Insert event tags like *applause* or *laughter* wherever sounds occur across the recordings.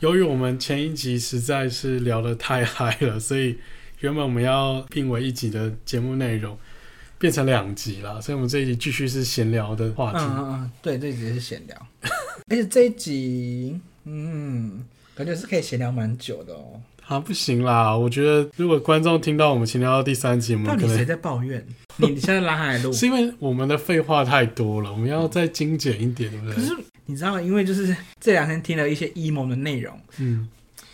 由于我们前一集实在是聊得太嗨了，所以原本我们要并为一集的节目内容，变成两集了。所以我们这一集继续是闲聊的话题。嗯嗯嗯，对，这一集是闲聊， *laughs* 而且这一集，嗯，感觉是可以闲聊蛮久的哦。啊，不行啦！我觉得如果观众听到我们闲聊到第三集，我们到可底谁能在抱怨？你你现在拉海路，是因为我们的废话太多了，我们要再精简一点，对不可对？是你知道吗？因为就是这两天听了一些 emo 的内容，嗯，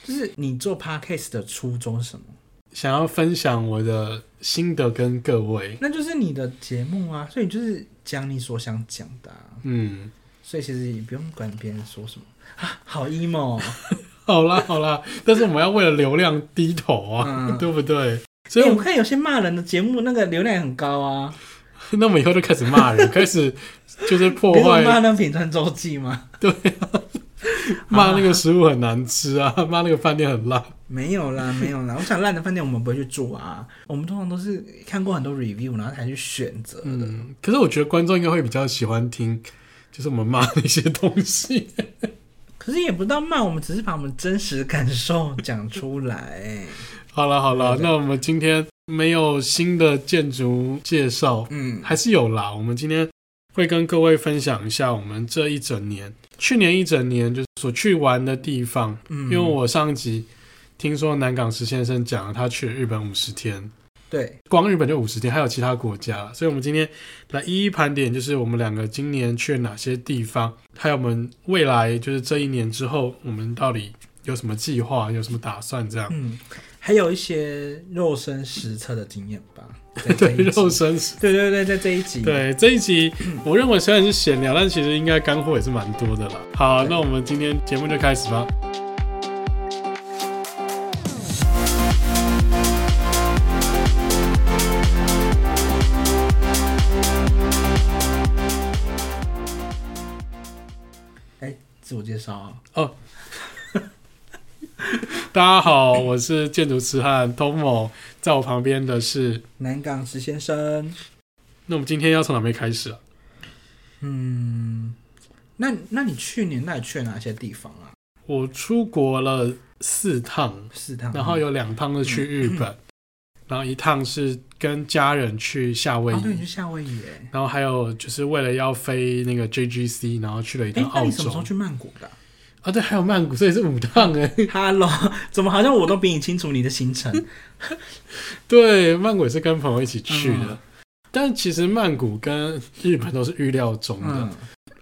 就是你做 podcast 的初衷是什么？想要分享我的心得跟各位。那就是你的节目啊，所以你就是讲你所想讲的、啊，嗯，所以其实也不用管别人说什么啊，好 emo 哦。好啦好啦，但是我们要为了流量低头啊，嗯对不对？所所以以我哎我看有些骂人的节目，那个流量也很高啊。 *laughs* 那我们以后就开始骂人，开始 *laughs* 就是破比如我坏骂那品川周记吗？ *laughs* 骂那个食物很难吃啊， *laughs* 骂那个饭店很烂。没有 *laughs* 啦，没有啦。我想烂的饭店我们不会去住啊，我们通常都是看过很多 review，然后才去选择的。嗯，可是我觉得观众应该会比较喜欢听，就是我们骂那些东西。 *laughs* 可是也不到骂，我们只是把我们真实感受讲出来。好了好了，对那我们今天没有新的建筑介绍，嗯，还是有啦。我们今天会跟各位分享一下我们这一整年，去年一整年就是所去玩的地方。因因为我上一集听说南港石先生讲了他去了日本五十天，对光日本就五十天，还有其他国家啦，所以我们今天来一一盘点，就是我们两个今年去了哪些地方，还有我们未来就是这一年之后，我们到底有什么计划，有什么打算这样。嗯，还有一些肉身实测的经验吧。在这对，一集 *laughs* 肉，身是。对对对，在这一集，，对这一集，我认为虽然是闲聊，但其实应该干货也是蛮多的啦。好，那我们今天节目就开始吧。自我介绍啊。大家好，我是建筑痴汉 Tomo，在我旁边的是，南港石先生，那我们今天要从哪边开始啊？嗯，那那你去年那你去了哪些地方啊？我出国了四趟，四趟，然后有两趟是去日本，然后一趟是跟家人去夏威哦，对，你去夷，夏威夷耶，然后还有就是为了要飞那个 JGC，然后去了一哎趟，那澳你什么时候洲去曼谷的啊、啊，对，还有曼谷，所以是五趟哎、 *laughs* Hello，怎么好像我都比你清楚你的行程？对，曼谷也是跟朋友一起去的，嗯但其实曼谷跟日本都是预料中的，嗯，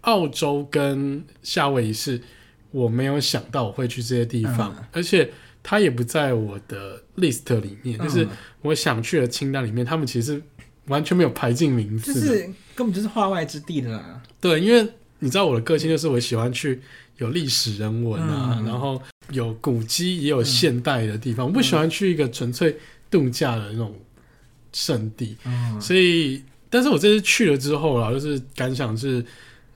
澳洲跟夏威夷是我没有想到我会去这些地方，嗯而且它也不在我的 list 里面，就是嗯我想去的清单里面，他们其实完全没有排进名就次的。是根本就是话外之地的啦。对，因为你知道我的个性就是我喜欢去有历史人文啊，嗯然后有古迹也有现代的地方，我不喜欢去一个纯粹度假的那种圣地。嗯，所以，但是我这次去了之后啦，就是感想是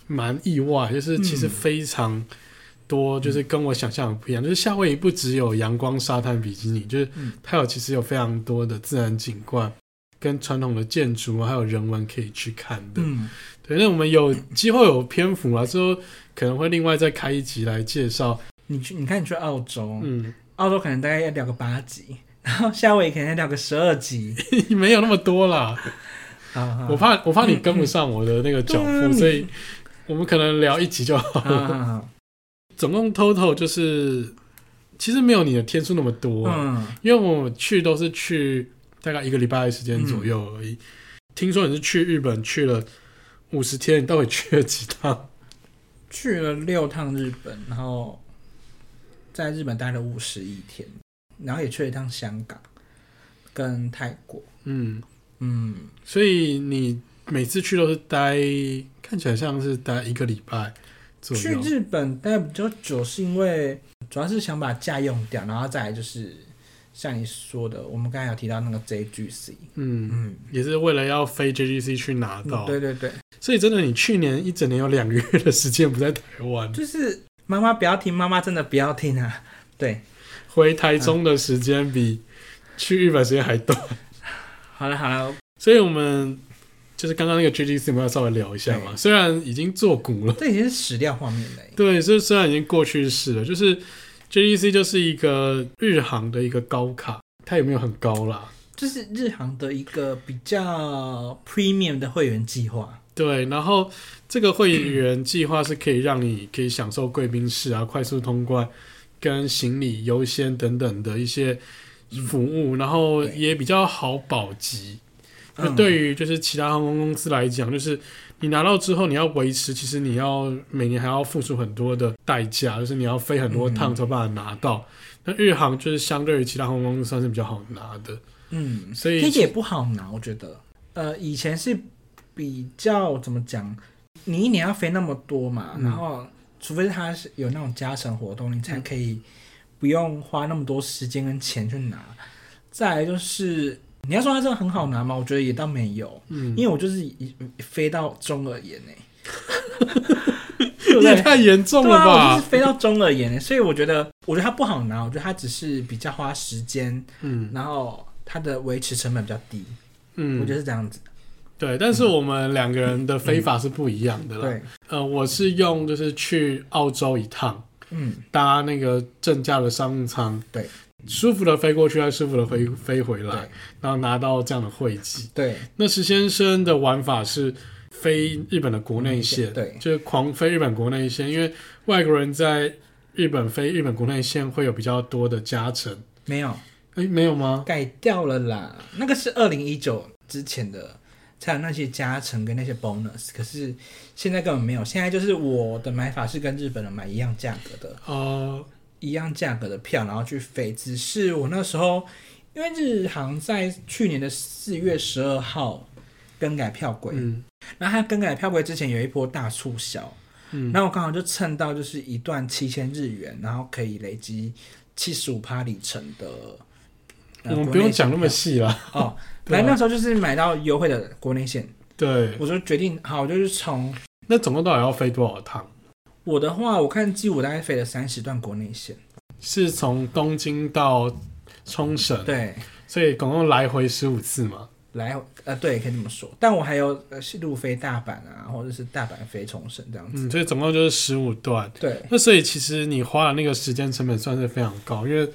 蛮意外，就是其实嗯非常多，就是跟我想象的不一样。就是夏威夷不只有阳光、沙滩、比基尼，就是嗯它有其实有非常多的自然景观。跟传统的建筑啊还有人文可以去看的，嗯，对。那我们有机会有篇幅啊，之后可能会另外再开一集来介绍。你去，你看你去澳洲，嗯， *laughs* 澳洲可能大概要聊个八集， *laughs* 然后夏威夷可能要聊个十二集。没有那么多啦， *laughs* 好好，我怕我怕你跟不上我的那个脚对啊步，你所以我们可能聊一集就好 *laughs* 好了。好好，总共 total 就是，其实没有你的天数那么多、嗯，因为我去都是去大概一个礼拜的时间左右而已。听说你是去日本去了五十天，你到底去了几趟？去了六趟日本，然后在日本待了五十一天，然后也去了一趟香港跟泰国。嗯，嗯，所以你每次去都是待，看起来像是待一个礼拜左去右。日本待比较久，是因为主要是想把假用掉，然后再来就是像你说的，我们刚才有提到那个 JGC，嗯，嗯，也是为了要飞 JGC 去拿到。对对对，所以真的，你去年一整年有两个月的时间不在台湾，就是妈妈不要听，妈妈真的不要听啊，对，回台中的时间比去日本时间还短。好了好了，所以我们就是刚刚那个 GGC，我们要稍微聊一下嘛。虽然已经做股了，这已经是史料画面了耶，对，这虽然已经过去式了，就是 JDC 就是一个日航的一个高卡，它也没有很高啦。这是日航的一个比较 premium 的会员计划。对，然后这个会员计划是可以让你可以享受贵宾室啊、快速通关、跟行李优先等等的一些服务，然后嗯对也比较好保级。那嗯对于就是其他航空公司来讲，就是你拿到之后你要维持，其实你要每年还要付出很多的代价，就是你要飞很多趟嗯才有办法拿到。那日航就是相对于其他航空公司算是比较好拿的，嗯，所这以也不好拿，我觉得。呃，以前是比较怎么讲，你一年要飞那么多嘛，嗯然后除非他是有那种加成活动，你才可以不用花那么多时间跟钱去拿。再来就是，你要说它真的很好拿吗？我觉得也倒没有，嗯，因为我就是一飞到中耳炎呢、 *laughs* 对不你也对？太严重对了啊，我就吧是？飞到中耳炎欸，所以我觉得，我觉得它不好拿，我觉得它只是比较花时间，嗯然后它的维持成本比较低，嗯，我觉得是这样子。对，但是我们两个人的飞法是不一样的啦。嗯对，呃，我是用就是去澳洲一趟，嗯，搭那个正价的商务舱，对，舒服的飞过去，再舒服的飞飞回来对，然后拿到这样的汇集。对，那石先生的玩法是飞日本的国内线，嗯对就是狂飞日本国内线，因为外国人在日本飞日本国内线会有比较多的加成。没有诶，没有吗？改掉了啦，那个是二零一九之前的。才有那些加成跟那些 bonus，可是现在根本没有。现在就是我的买法是跟日本人买一样价格的，哦、一样价格的票，然后去飞。只是我那时候，因为日航在去年的四月十二号更改票轨，嗯然后它更改票轨之前有一波大促销，嗯，那我刚好就蹭到就是一段七千日元，然后可以累积七十五趴里程的。呃我们不用讲那么国内线细啦。票哦， *laughs* 对啊反正那时候就是买到优惠的国内线，对，我就决定好，我就是从那总共到底要飞多少趟？我的话，我看 G 五大概飞了三十段国内线，是从东京到冲绳，对，所以总共来回十五次嘛。来，呃，对，可以这么说。但我还有呃，是路飞大阪啊，或者是大阪飞冲绳这样子。嗯，所以总共就是十五段。对，那所以其实你花的那个时间成本算是非常高，因为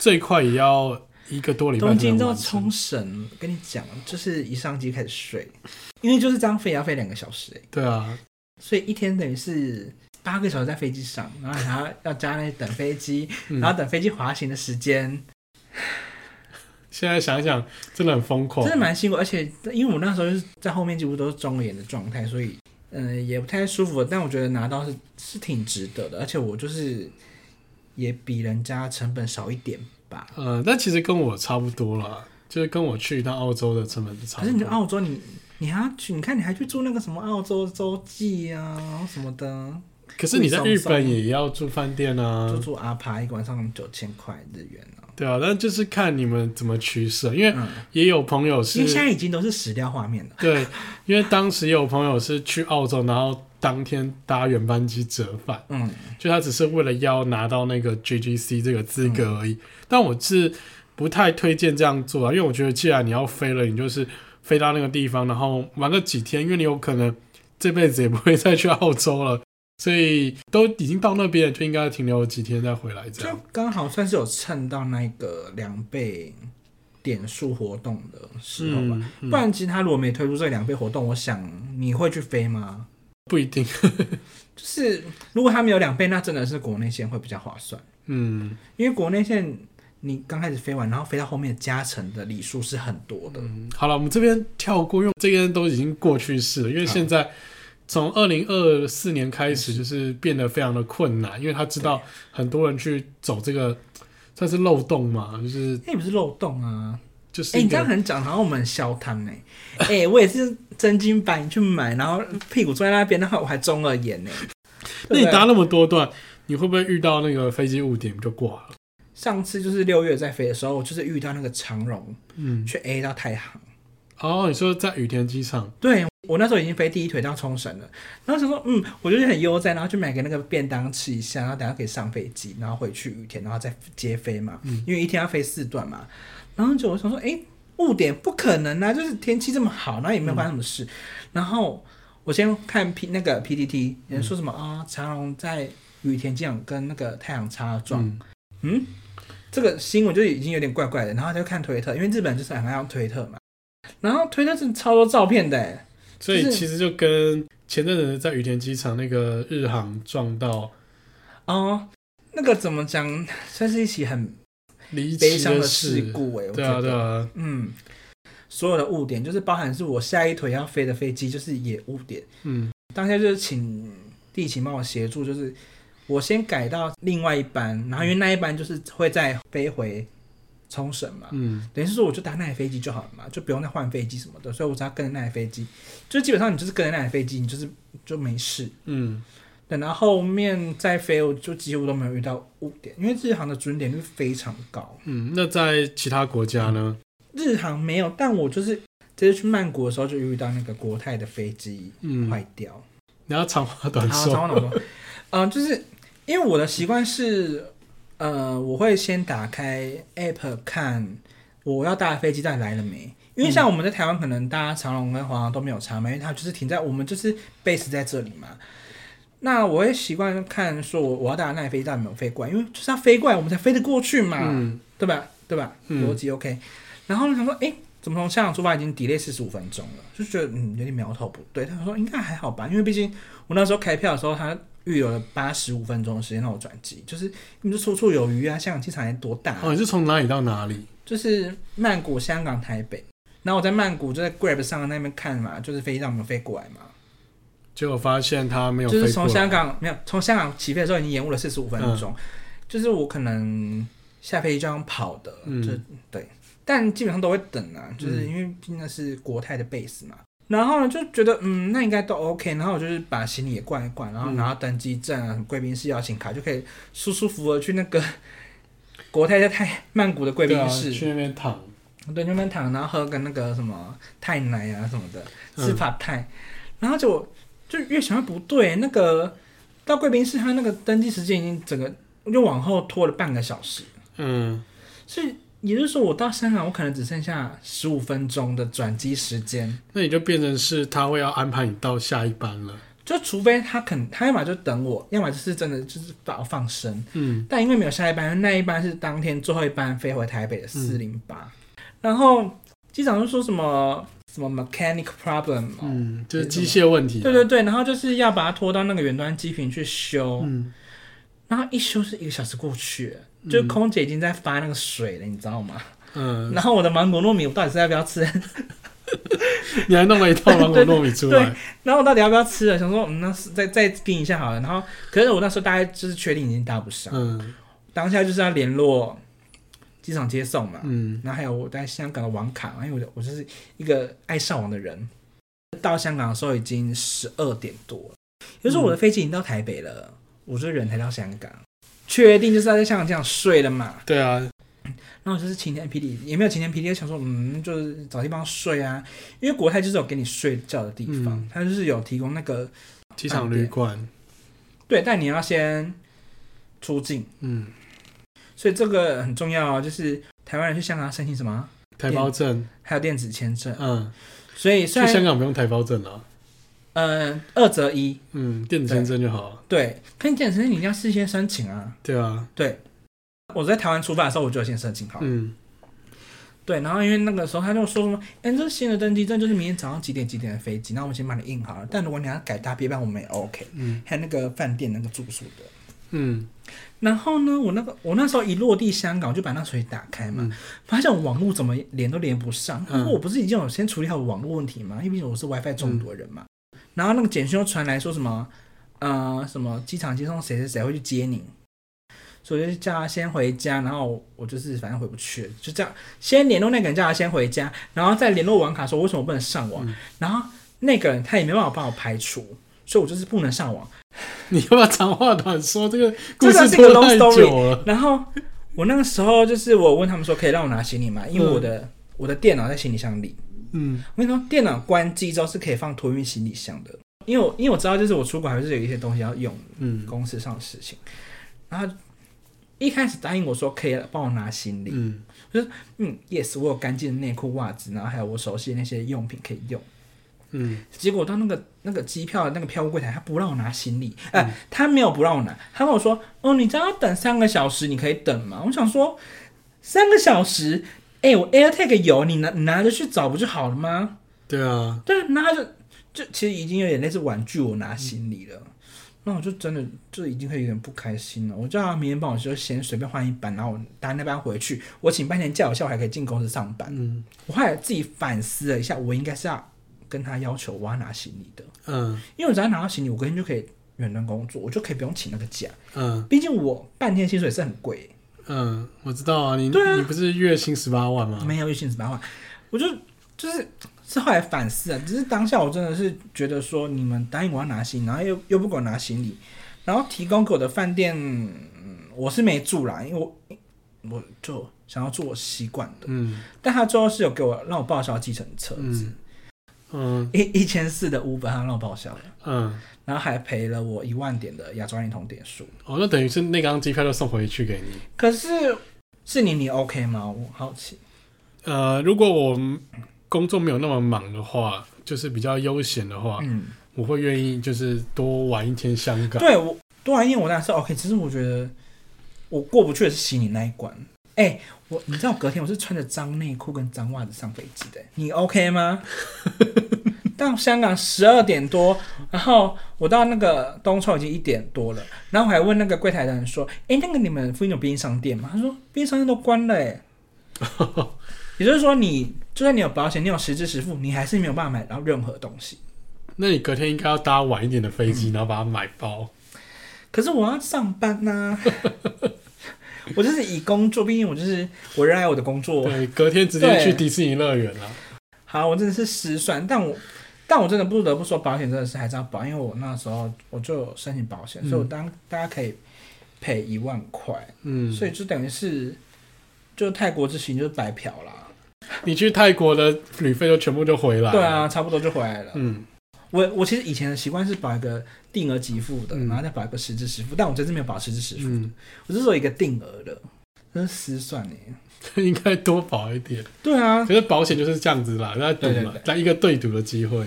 最快也要一个多礼拜才东能京到完成冲绳，跟你讲，就是一上机开始睡，因为就是这样飞也要飞两个小时、欸，对啊，所以一天等于是八个小时在飞机上，然后还要要加那等飞机，嗯然后等飞机滑行的时间，现在想一想真的很疯狂真的。蛮辛苦。而且因为我那时候就是在后面几乎都是中眼的状态，所以嗯、呃也不太舒服。但我觉得拿到是是挺值得的，而且我就是也比人家成本少一点吧。嗯，但其实跟我差不多啦，就是跟我去一趟澳洲的成本是差可不是你去多。澳洲你，你还要去，你看你还去住那个什么澳洲洲际啊，然后什么的，可是你在日送本也要住饭店就啊，住阿帕一个晚上九千块日元啊。对啊，但就是看你们怎么取舍，因为嗯，也有朋友是因为现在已经都是史料画面了。 *laughs* 对，因为当时有朋友是去澳洲，然后当天搭原班机折返，嗯，就他只是为了要拿到那个 GGC 这个资格而已。但我是不太推荐这样做啊，因为我觉得既然你要飞了，你就是飞到那个地方，然后玩个几天，因为你有可能这辈子也不会再去澳洲了。所以都已经到那边了，就应该停留几天再回来这就样。刚好算是有蹭到那个两倍点数活动的时候吧。嗯，嗯不然，其实他如果没推出这两倍活动，我想你会去飞吗？不一定。 *laughs* 就是如果他没有两倍，那真的是国内线会比较划算，嗯因为国内线你刚开始飞完，然后飞到后面加成的礼数是很多的。嗯，好了，我们这边跳过，因为这边都已经过去式了。因为现在啊从二零二四年开嗯始，就是变得非常的困难，因为他知道很多人去走这个算是漏洞嘛，就是那也不是漏洞啊！就是哎、一你这样个很讲，然后我们很消摊呢、哎、我也是真金白银去买，然后屁股坐在那边，然后我还中了眼呢、那你对啊不对搭那么多段，你会不会遇到那个飞机误点就挂了？上次就是六月在飞的时候，我就是遇到那个长荣嗯，去 A 到太行，哦，你说在羽田机场，对我那时候已经飞第一腿到冲绳了，然后想说，嗯，我就是很悠哉，然后去买个那个便当吃一下，然后等下可以上飞机，然后回去羽田，然后再接飞嘛，嗯因为一天要飞四段嘛。然后就我想说，哎，误点不可能啊，就是天气这么好，然后也没有发生什么事。然后我先看 P 那个 PPT，人说什么啊、长龙在羽田机场跟那个太阳差撞，嗯，这个新闻就已经有点怪怪的，然后他就看推特，因为日本就是很爱用推特嘛，然后推特是超多照片的、欸，所以其实就跟前阵子在羽田机场那个日航撞到哦，那个怎么讲，算是一起很离悲奇伤的事事，故哎、欸，我对觉啊得对啊，嗯，所有的误点就是包含是我下一腿要飞的飞机，就是也误点。嗯，当下就是请地勤帮我协助，就是我先改到另外一班，然后因为那一班就是会再飞回冲绳嘛，嗯，等于是说我就搭那台飞机就好了嘛，就不用再换飞机什么的，所以我只要跟着那台飞机，就基本上你就是跟着那台飞机，你就是就没事。嗯，等到后面再飞，我就几乎都没有遇到误点，因为日航的准点率非常高。嗯，那在其他国家呢？日航没有，但我就是这次去曼谷的时候就遇到那个国泰的飞机嗯，坏掉，你要长话短好，说，长话短 *laughs* 说，嗯、就是因为我的习惯是，呃，我会先打开 app 看我要搭的飞机到底来了没。因为像我们在台湾，可能搭长龙跟华航都没有差嘛，因为它就是停在我们就是 base 在这里嘛。那我会习惯看说我我要搭的那台飞机到底有没有飞过来，因为就是要飞过来我们才飞得过去嘛。嗯对吧？对吧？嗯逻辑 OK。然后呢，想说，诶，怎么从香港出发已经 delay 四十五分钟了？就觉得嗯有点苗头不对。他说应该还好吧，因为毕竟我那时候开票的时候，他预留了八十五分钟的时间让我转机，就是你就绰绰有余啊。香港机场也多大啊、哦，你是从哪里到哪里？就是曼谷、香港、台北。然后我在曼谷就在 Grab 上那边看嘛，就是飞机让我们飞过来嘛，结果发现他没有就飞过是从来，嗯香港没有从香港起飞的时候已经延误了四十五分钟，就是我可能下飞机就要跑的，嗯就对，但基本上都会等啊，就是因为毕竟那是国泰的 base 嘛。然后呢，就觉得嗯，那应该都 OK。然后我就是把行李也灌一灌，然后嗯拿到登机证啊、什么贵宾室邀请卡，就可以舒舒服服的去那个 *laughs* 国泰在泰曼谷的贵宾对啊室，去那边躺，对，那边躺，然后喝个那个什么泰奶啊什么的，嗯吃法泰，然后就就越想越不对，那个到贵宾室他那个登记时间已经整个又往后拖了半个小时，嗯，所以也就是说我到香港我可能只剩下十五分钟的转机时间，那你就变成是他会要安排你到下一班了，就除非他肯他要么就等我，要么就是真的就是把我放生，嗯但因为没有下一班，那一班是当天最后一班飞回台北的四零八，然后机长就说什么什么 mechanic problem，、嘛，嗯，就是机械问题啊，哦对对对，然后就是要把它拖到那个远端机坪去修，嗯，然后一修是一个小时过去，就是空姐已经在发那个水了，你知道吗？嗯，然后我的芒果糯米我到底是要不要吃？ *laughs* 你还弄了一套芒果糯米出 *laughs* 来，然后我到底要不要吃了？想说嗯，那是再再盯一下好了。然后可是我那时候大概就是确定已经搭不上，嗯当下就是要联络机场接送嘛，嗯然后还有我在香港的网卡，因为我就我就是一个爱上网的人。到香港的时候已经十二点多了，也就是我嗯的飞机已经到台北了，我这人才到香港，确定就是要在香港这样睡了嘛。对啊，然后就是晴天霹雳，也没有晴天霹雳，想说嗯，就是找地方睡啊，因为国泰就是有给你睡觉的地方，嗯它就是有提供那个机场旅啊馆，对，但你要先出境，嗯，所以这个很重要，啊，就是台湾人去香港要申请什么，台胞证，还有电子签证，嗯，所以虽去然香港不用台胞证了，呃，二择一，嗯，电子签证就好了，对，可你健身你一定要事先申请啊。对啊，对，我在台湾出发的时候我就有先申请好了，嗯对，然后因为那个时候他就说什么，哎、这新的登机证就是明天早上几点几点的飞机，那我们先帮你印好了。但如果你要改搭别班，我们也 OK，嗯还有那个饭店那个住宿的。嗯然后呢，我那个我那时候一落地香港，我就把那水打开嘛，嗯发现我网络怎么连都连不上。嗯因为我不是已经有先处理好网络问题嘛，因为毕竟我是 WiFi 中毒的人嘛。嗯然后那个简讯又传来说什么，呃，什么机场接送谁谁谁会去接你，所以我就叫他先回家。然后我我就是反正回不去了，就这样先联络那个人叫他先回家，然后再联络网卡说为什么我不能上网。嗯然后那个人他也没办法帮我排除，所以我就是不能上网。 *laughs* 你要不要长话短说？这个故事这个是一个拖太 long story 久了，然后我那个时候就是我问他们说可以让我拿行李吗？因为我的、我的电脑在行李箱里。嗯我跟你说，电脑关机之后是可以放托运行李箱的，因为我因为我知道就是我出国还是有一些东西要用，嗯公司上的事情。然后他一开始答应我说可以帮我拿行李，嗯嗯，yes，我有干净的内裤、袜子，然后还有我熟悉的那些用品可以用。嗯，结果到那个那个机票那个票务柜台，他不让我拿行李，哎、他没有不让我拿，他跟我说，哦，你只要等三个小时，你可以等嘛。我想说，三个小时，哎、我 AirTag 有，你拿你拿着去找不就好了吗？对啊，对，那他就就其实已经有点类似婉拒我拿行李了。那我就真的就已经会有点不开心了。我叫他明天帮我就先随便换一班，然后我搭那班回去。我请半天假，我下午还可以进公司上班。嗯我后来自己反思了一下，我应该是要跟他要求我要拿行李的，嗯因为我只要拿到行李，我隔天就可以远端工作，我就可以不用请那个假。嗯毕竟我半天薪水是很贵，嗯，我知道啊，你对啊你不是月薪十八万吗？没有月薪十八万，我就就是是后来反思啊，只是当下我真的是觉得说你们答应我要拿行李，然后又又不给我拿行李，然后提供给我的饭店，嗯我是没住啦，因为我我就想要住我习惯的，嗯但他最后是有给我让我报销计程车子。嗯嗯一一千四的 Uber 他让我报销了，嗯，然后还赔了我一万点的亚洲安联通点数。哦，那等于是那张机票就送回去给你。可是是你，你 OK 吗？我好奇。呃，如果我工作没有那么忙的话，就是比较悠闲的话，嗯，我会愿意就是多玩一天香港。对我多少因为我当然是 OK，只是我觉得我过不去的是悉尼那一关。哎、我你知道我隔天我是穿着脏内裤跟脏袜子上飞机的，你 OK 吗？到香港十二点多，然后我到那个东超已经一点多了，然后我还问那个柜台的人说：“哎、那个你们附近有便利商店吗？”他说：“便利商店都关了。”哎，也就是说你，就算你有保险，你有实支实付，你还是没有办法买到任何东西。那你隔天应该要搭晚一点的飞嗯机，然后把它买包。可是我要上班呐、 *laughs* 我就是以工作，毕竟我就是我热爱我的工作。对，隔天直接去对迪士尼乐园了。啊好，我真的是失算，但我但我真的不得不说，保险真的是还是要保，因为我那时候我就有申请保险，嗯所以我当大家可以赔一万块，嗯，所以就等于是就泰国之行就是白嫖啦。你去泰国的旅费就全部就回来。对，啊，差不多就回来了。嗯我我其实以前的习惯是保一个定额给付的，嗯然后再保一个实支实付，但我这次没有保实支实付，嗯， *laughs* 我就是有一个定额的，真是失算呢。应该多保一点。对啊，可是保险就是这样子啦，那赌对嘛对对，那一个对赌的机会。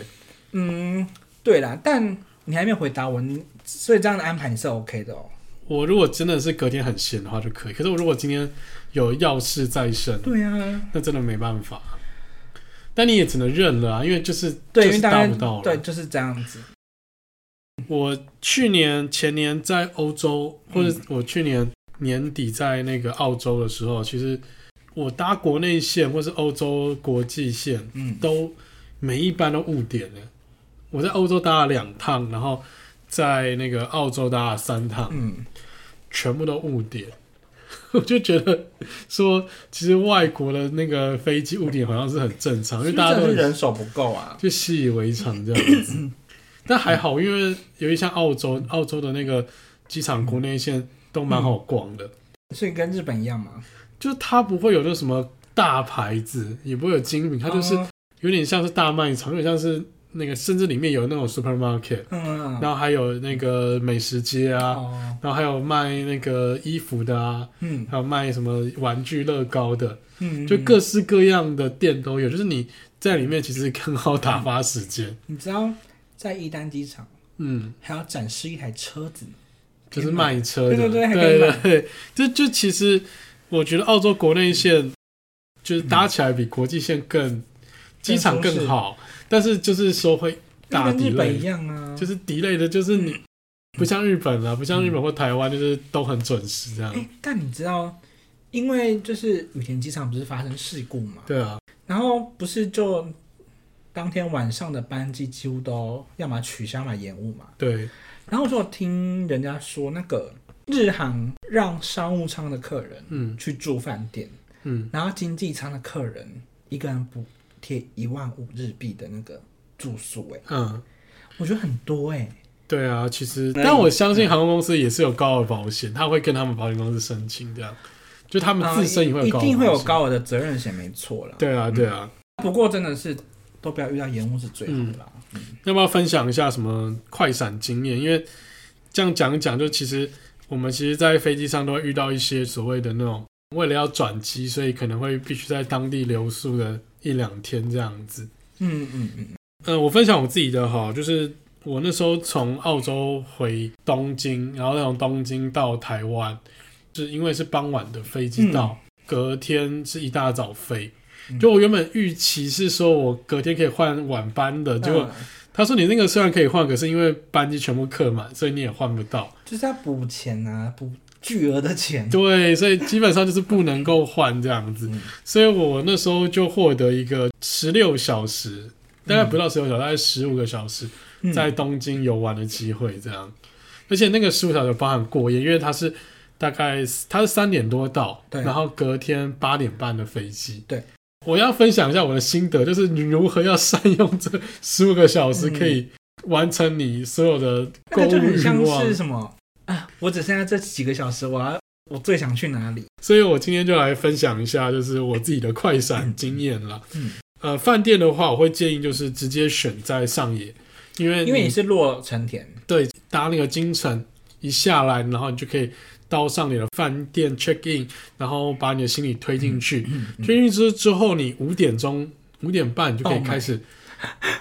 嗯，对啦，但你还没有回答我，你所以这样的安排你是 OK 的哦。我如果真的是隔天很闲的话就可以，可是我如果今天有要事在身，对啊，那真的没办法。但你也只能认了啊，因为就是就对，因为是大达概不到了。对就是这样子。我去年前年在欧洲，或者嗯我去年年底在那个澳洲的时候，其实我搭国内线或是欧洲国际线，嗯，都每一班都误点了。我在欧洲搭了两趟，然后在那个澳洲搭了三趟，嗯，全部都误点。 *laughs* 我就觉得说，其实外国的那个飞机误点好像是很正常，因为大家都是不是真的很是人手不够啊。就习以为常这样子。 *clears throat* 但还好，因为有一像澳洲，澳洲的那个机场国内线都蛮好逛的，所以跟日本一样嘛，就它不会有那什么大牌子，也不会有精品，它就是哦有点像是大卖场，有点像是那个，甚至里面有那种 supermarket，嗯，然后还有那个美食街啊，哦，然后还有卖那个衣服的啊，嗯还有卖什么玩具乐高的，嗯，就各式各样的店都有，就是你在里面其实很好打发时间，你知道在一丹机场嗯。还要展示一台车子，就是卖车的，对对对还可对以买对对，就就其实我觉得澳洲国内线就是搭起来比国际线更机场更好，但是就是说会就大跟日本一 delay，样啊。就是是 delay 的，就是你不像日本啊，不像日本或台湾，就是都很准时这样哎。，但你知道，因为就是羽田机场不是发生事故嘛，对啊，然后不是就当天晚上的班机几乎都要么取消，要么延误嘛。对，然后我就有听人家说，那个日航让商务舱的客人嗯去住饭店，嗯，然后经济舱的客人一个人补贴一万五日币的那个住宿、欸，嗯，我觉得很多哎、对啊，其实那你但我相信航空公司也是有高额保险，他会跟他们保险公司申请这样，就他们啊自身也会有一高额定会有保险，高嗯额的责任险，没错啦。，对啊对啊。不过真的是都不要遇到延误是最好的啦。嗯要不要分享一下什么快闪经验？因为这样讲一讲，就其实我们其实，在飞机上都会遇到一些所谓的那种，为了要转机，所以可能会必须在当地留宿的一两天这样子。嗯嗯嗯嗯，呃，我分享我自己的哈，就是我那时候从澳洲回东京，然后再从东京到台湾，是因为是傍晚的飞机到，隔天是一大早飞。嗯就我原本预期是说我隔天可以换晚班嗯的，结呃果他说你那个虽然可以换，可是因为班机全部客满，所以你也换不到。就是要补钱啊，补巨额的钱。对，所以基本上就是不能够换这样子。嗯 *laughs* 所以我那时候就获得一个十六小时，大概不到十六小时，大概十五个小时嗯在东京游玩的机会这样。而且那个十五小时包含过夜，因为它是大概它是三点多到，对然后隔天八点半的飞机。对。我要分享一下我的心得，就是你如何要善用这十五个小时，可以完成你所有的购嗯那物就很欲像望是。什么啊？我只剩下这几个小时，我要我最想去哪里？所以我今天就来分享一下，就是我自己的快闪经验啦。嗯呃，饭店的话，我会建议就是直接选在上野，因为因为你你是落成田，对搭那个京城一下来，然后你就可以到上野的饭店 check in，然后把你的行李推进去。嗯嗯推进去之后，你五点钟、五点半你就可以 Oh my 开始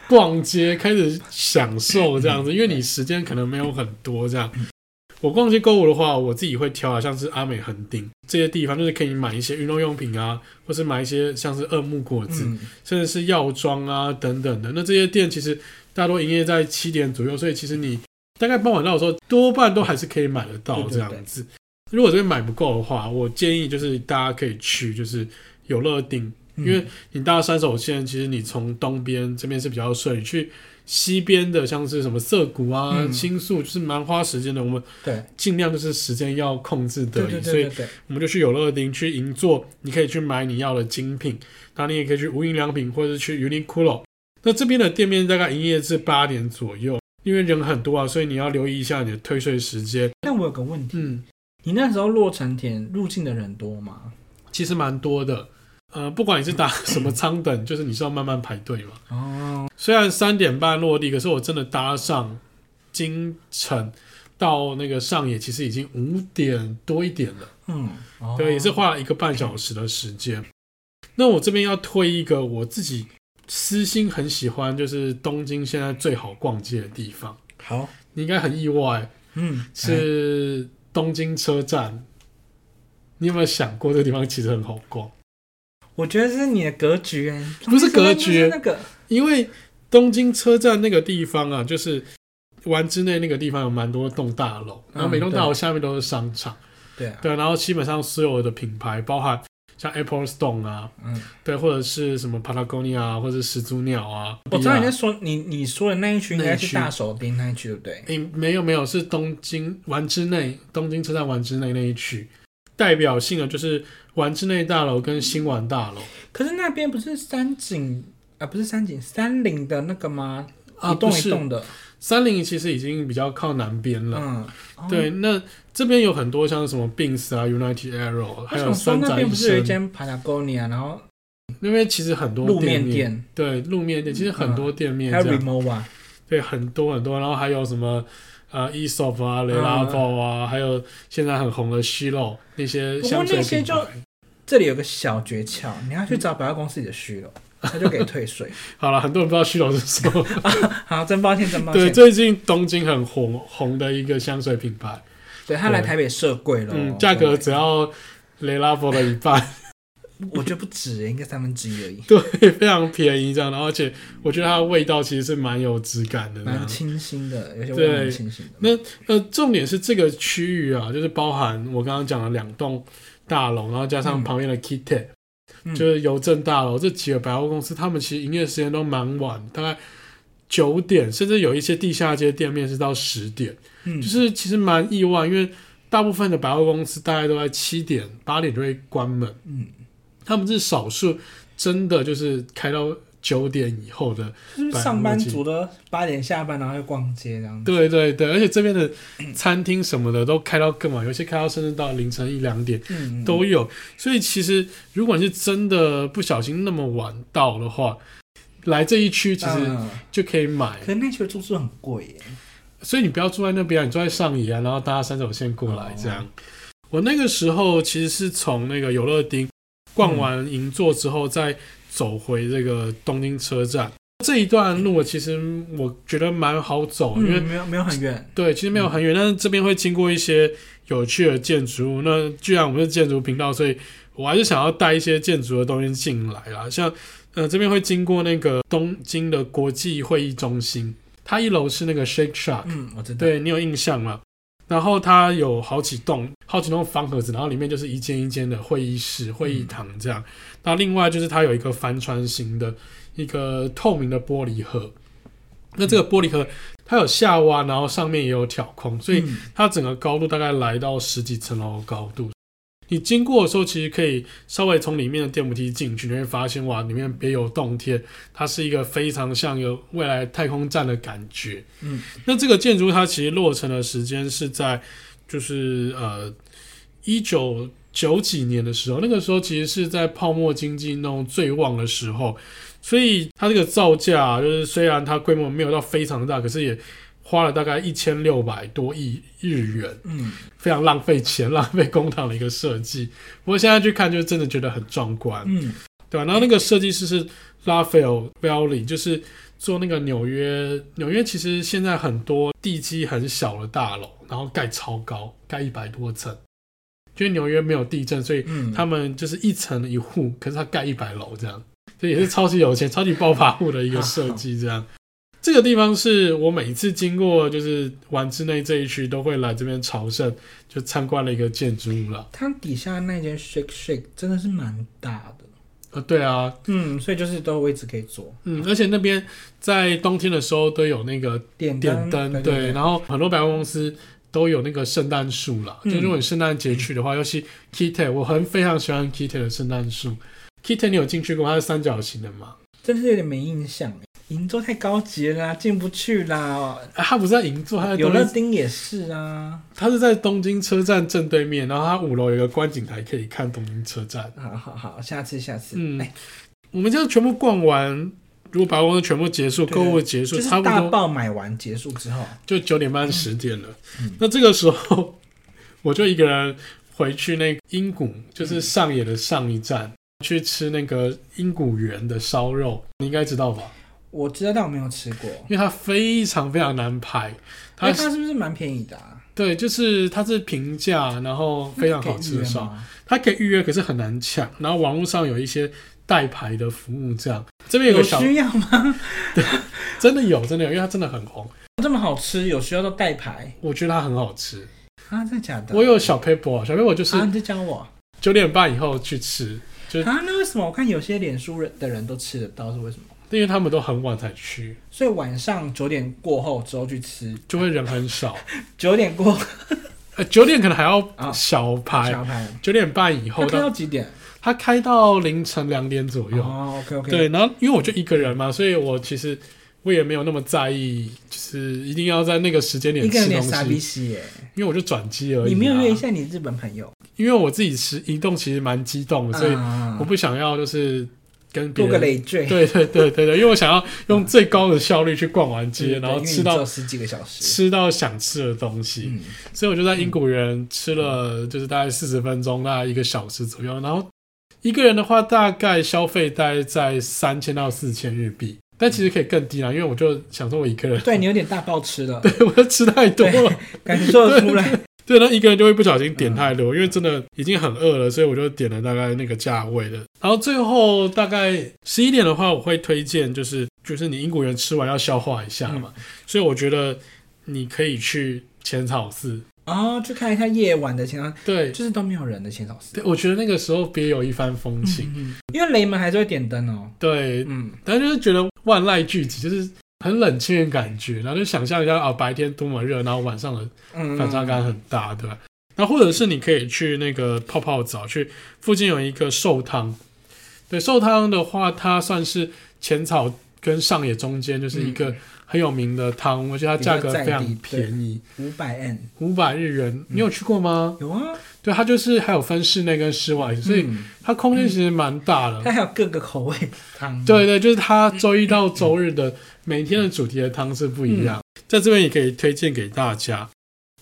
逛街，开始享受这嗯样子，因为你时间可能没有很多这样。我逛街购物的话，我自己会挑啊，像是阿美横丁这些地方，就是可以买一些运动用品啊，或是买一些像是二木果子，嗯甚至是药妆啊等等的。那这些店其实大多营业在七点左右，所以其实你大概傍晚到的时候，多半都还是可以买得到对对这样子。如果这边买不够的话，我建议就是大家可以去就是有乐町，嗯因为你搭山手线，其实你从东边这边是比较顺，你去西边的像是什么涩谷啊、嗯新宿，就是蛮花时间的。我们对尽量就是时间要控制得对宜，对对所以对对，我们就去有乐町去银座，你可以去买你要的精品，那你也可以去无印良品或者是去 Uniqlo。那这边的店面大概营业至八点左右，因为人很多啊，所以你要留意一下你的退税时间。但我有个问题，嗯，你那时候落成田入境的人多吗？其实蛮多的。呃，不管你是打什么舱等，就是你是要慢慢排队嘛。哦，虽然三点半落地，可是我真的搭上京城到那个上野，其实已经五点多一点了。嗯，哦对，也是花了一个半小时的时间。那我这边要推一个我自己私心很喜欢，就是东京现在最好逛街的地方，好，你应该很意外，嗯，来是东京车站。你有没有想过这个地方其实很好逛？我觉得是你的格局欸，不是格局就是那个因为东京车站那个地方啊，就是丸之内那个地方有蛮多栋大楼，然后每栋大楼下面都是商场，对啊，对，然后基本上所有的品牌，包含像 Apple Store 啊，嗯，对，或者是什么 Patagonia 啊，或者是始祖鸟啊。我知道你在哎、说你你说的那一区应该那一是区大手町那一区，对不对？诶没有没有，是东京丸之内，东京车站丸之内那一区，代表性的就是丸之内大楼跟新丸大楼可是那边不是山景啊，不是山景，山林的那个吗？啊一啊不栋一是栋的，三零其实已经比较靠南边了。嗯，哦对，。那这边有很多像什么 Bings 啊、United Arrow，我还有想说三那宅边一不是有一生，间 Patagonia，然后那边其实很多路面店，店，嗯对，路面店其实很多店面还有这样。 Remova，对，很多很多，然后还有什么呃 e s o p 啊、雷拉宝啊，还有现在很红的 s h i l o 那些嗯不过香水那些品牌就这里有个小诀窍，你要去找百货公司里的虚 *laughs* 楼，他就给退税。好了，很多人不知道 s h i l o 是什么。好，真抱歉，真 *laughs* 抱对，歉。最近东京很红红的一个香水品牌，对他来台北设柜了，嗯，价格只要要雷拉宝的一半， *laughs* 我觉得不止，应该三分之一而已，对，非常便宜这样。然后而且我觉得它的味道其实是蛮有质感的这蛮样。清新的，有些味道蛮清新的。啊那呃，重点是这个区域啊，就是包含我刚刚讲的两栋大楼，然后加上嗯旁边的 Kitty，、嗯就是邮政大楼这几个百货公司，他们其实营业时间都蛮晚，大概九点，甚至有一些地下街店面是到十点，嗯，就是其实蛮意外，因为大部分的百货公司大概都在七点、八点就会关门，嗯，他们是少数真的就是开到九点以后的就是上班族的八点下班，然后去逛街这样子。对对对，而且这边的餐厅什么的都开到更晚，有些开到甚至到凌晨一两点嗯，嗯都有。所以其实如果你是真的不小心那么晚到的话，来这一区其实嗯就可以买。可是那区的住宿很贵耶。所以你不要住在那边啊，你住在上野啊，然后搭三手线过哦来这样。我那个时候其实是从那个游乐町逛完银座之后，再走回这个东京车站。这一段路其实我觉得蛮好走，因为嗯没有没有很远，对，其实没有很远，但是这边会经过一些有趣的建筑物。那既然我们是建筑频道，所以我还是想要带一些建筑的东西进来啦。像呃，这边会经过那个东京的国际会议中心，它一楼是那个 Shake Shack，嗯，我知道，对你有印象吗？然后它有好几栋，好几栋方盒子，然后里面就是一间一间的会议室、会议堂这样。那另外就是它有一个帆船型的一个透明的玻璃盒，那这个玻璃盒它有下挖，然后上面也有挑空，所以嗯它整个高度大概来到十几层楼的高度。你经过的时候，其实可以稍微从里面的电扶梯进去，你会发现哇，里面别有洞天，它是一个非常像有未来太空站的感觉。嗯，那这个建筑它其实落成的时间是在就是呃一九九几年的时候，那个时候其实是在泡沫经济那种最旺的时候，所以它这个造价啊、就是虽然它规模没有到非常大，可是也花了大概一千六百多亿日元，嗯，非常浪费钱、浪费公帑的一个设计。不过现在去看，就真的觉得很壮观。嗯，对吧、啊然后那个设计师是拉斐尔·贝奥里，就是做那个纽约。纽约其实现在很多地基很小的大楼，然后盖超高，盖一百多层。因为纽约没有地震，所以嗯，他们就是一层一户，可是他盖一百楼这样，所以也是超级有 *laughs* 钱、超级暴发户的一个设计这样。这个地方是我每一次经过，就是玩之内这一区都会来这边朝圣，就参观了一个建筑物了。它底下那间 Shake Shake 真的是蛮大的，呃，对啊，嗯，所以就是都有位置可以坐，嗯，而且那边在冬天的时候都有那个点点灯，嗯灯，对，，然后很多百货公司都有那个圣诞树啦。嗯就如果你圣诞节去的话，尤其 Kitty，我很非常喜欢 Kitty 的圣诞树。Kitty，你有进去过？它是三角形的嘛？真是有点没印象，银座太高级了啦，进不去啦，啊它不是在银座，它在有东乐京，町也是啊，它是在东京车站正对面，然后它五楼有一个观景台可以看东京车站。好好好，下次下次，嗯哎，我们这样全部逛完，如果百货公司全部结束，对购物结束，就是差不大多爆买完结束之后，就九点半十点了。嗯那这个时候，我就一个人回去那个英谷，就是上野的上一站，去吃那个英谷园的烧肉，你应该知道吧？我知道，但我没有吃过，因为它非常非常难排，哎，它它是不是蛮便宜的啊？对，就是它是平价，然后非常好吃的烧那肉可以预约吗它可以预约，可是很难抢。然后网络上有一些代排的服务，这样这边有有个小，需要吗？真的有，真的有，因为它真的很红，这么好吃，有需要到代牌我觉得它很好吃。啊？真的假的？我有小 paper，小 paper 就是啊，你在教我啊？啊九点半以后去吃，那为什么我看有些脸书人的人都吃得到，是为什么？因为他们都很晚才去，所以晚上九点过后之后去吃，就会人很少。九点过后呃，九点可能还啊要小排，小排，九、点半以后他开到到几点？他开到凌晨两点左右。哦，OK OK，，对，然后因为我就一个人嘛，所以我其实我也没有那么在意，就是一定要在那个时间点一个人吃脸东傻逼西，西耶，因为我就转机而已、啊。你没有约一下你日本朋友，因为我自己吃移动其实蛮激动的，所以啊我不想要就是跟别做个人。累赘，对对对对对，因为我想要用最高的效率去逛完街，对然后因为你吃到只有十几个小时，吃到想吃的东西。嗯，所以我就在英谷人吃了，就是大概四十分钟，大概一个小时左右。然后一个人的话，大概消费大概在三千到四千日币，但其实可以更低啦，啊因为我就想说我一个人，对你有点大爆吃了， *laughs* 我就吃太多了，感受得出来，对，然后一个人就会不小心点太多，因为真的已经很饿了，所以我就点了大概那个价位的。然后最后大概十一点的话，我会推荐就是就是你英国人吃完要消化一下嘛，所以我觉得你可以去浅草寺，哦，去看一下夜晚的浅草，对。就是都没有人的浅草寺对，，我觉得那个时候别有一番风情。嗯因为雷门还是会点灯哦，对，嗯，但就是觉得万籁俱寂，就是很冷清的感觉。然后就想象一下啊，白天多么热，然后晚上的嗯反差感很大，对吧？那或者是你可以去那个泡泡澡，去附近有一个寿汤。对，寿汤的话，它算是浅草跟上野中间就是一个很有名的汤，而且它价格非常嗯比较在地嗯便宜，五百 N 五百日元。你有去过吗？有啊，对，它就是还有分室内跟室外，所以嗯它空间其实蛮大的。它还有各个口味汤，对对，就是它周一到周日的每天的主题的汤是不一样，在这边也可以推荐给大家。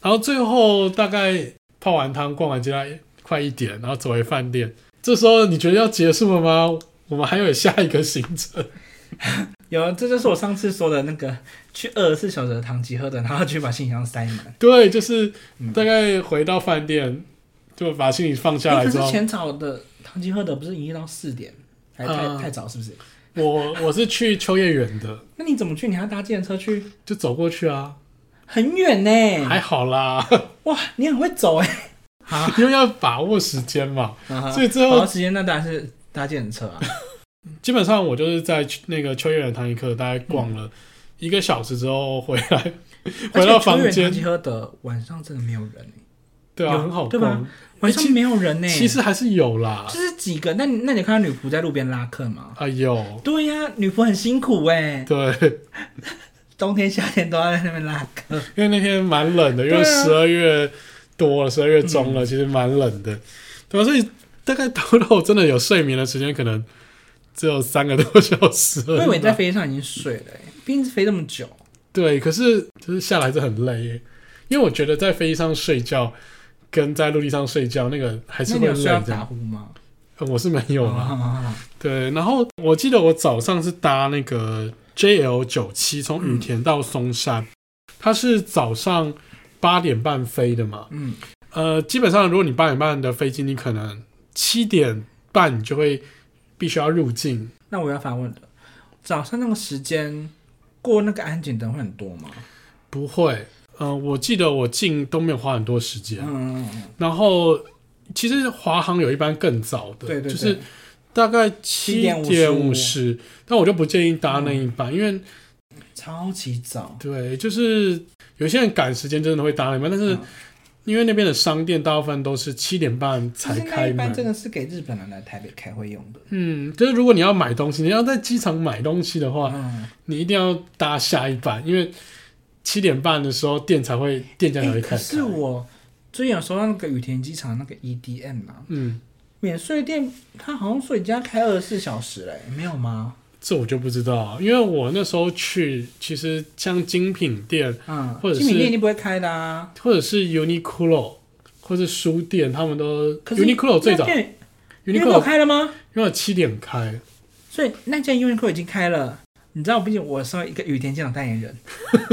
然后最后大概泡完汤、逛完街，大概快一点，然后走回饭店。这时候你觉得要结束了吗？我们还有下一个行程，有，这就是我上次说的那个去二十四小时的堂吉诃德，然后去把行李箱塞满。对，就是大概回到饭店，就把行李放下诶来可之是 *laughs* 后，浅草的堂吉诃德不是营业到四点，还太、嗯太早是不是？我我是去秋叶原的，那你怎么去？你还要搭计程车去？就走过去啊，很远呢、还好啦，哇，你很会走哎、好，因为要把握时间嘛。所所以啊最好后时间那当然是搭计程车啊。基本上我就是在那个秋叶原唐吉诃德大概逛嗯了一个小时之后回 *laughs* 来， *laughs* 回到房而且秋叶间原堂吉诃德晚上真的没有人、欸，对啊，有很好对吧逛。晚上其没有人呢、其实还是有啦就，是几个。那你那你有看到女仆在路边拉客吗？啊有，对呀、女仆很辛苦哎、对， *laughs* 冬天夏天都要在那边拉客。 *laughs* 因为那天蛮冷的，因为对啊嗯十二月多了，十二月中了，其实蛮冷的，对啊吧、所以大概到到真的有睡眠的时间，可能只有三个多小时而已我吧。以为在飞机上已经睡了、欸，毕竟飞这么久。对，可是就是下来是很累耶，因为我觉得在飞机上睡觉跟在陆地上睡觉那个还是会那你有累睡到这打样。呼吗？呃我是没有啦，啊，对，然后我记得我早上是搭那个 JL 九七从羽田到松山，它是早上八点半飞的嘛。嗯，呃，基本上如果你八点半的飞机，你可能七点半你就会必须要入境。那我要反问了，早上那个时间过那个安检灯会很多吗？不会，呃，我记得我进都没有花很多时间。嗯，嗯嗯然后其实华航有一班更早的，对对对，就是大概七点五嗯十，但我就不建议搭那一班，因为超级早。对，就是有些人赶时间真的会搭那一班，但是嗯因为那边的商店大部分都是七点半其才实那开一般真门。的是给日本人来台北开会用的。嗯，就是如果你要买东西，你要在机场买东西的话，嗯，你一定要搭下一班，因为七点半的时候店才会店家才哎会开开。可是我最近有收到那个羽田机场那个 EDM 啊，嗯，免税店它好像说已经要开二十四小时嘞、没有吗？这我就不知道，啊因为我那时候去，其实像精品店嗯，或者是精品店一定不会开的啊。或者是 Uniqlo，或是书店，他们都可是 Uniqlo 哦最早那店 Uniqlo Uniqlo 开了吗？因为七点开，所以那件 Uniqlo 已经开了。你知道，毕竟我身为一个羽田机场代言 *laughs* 人，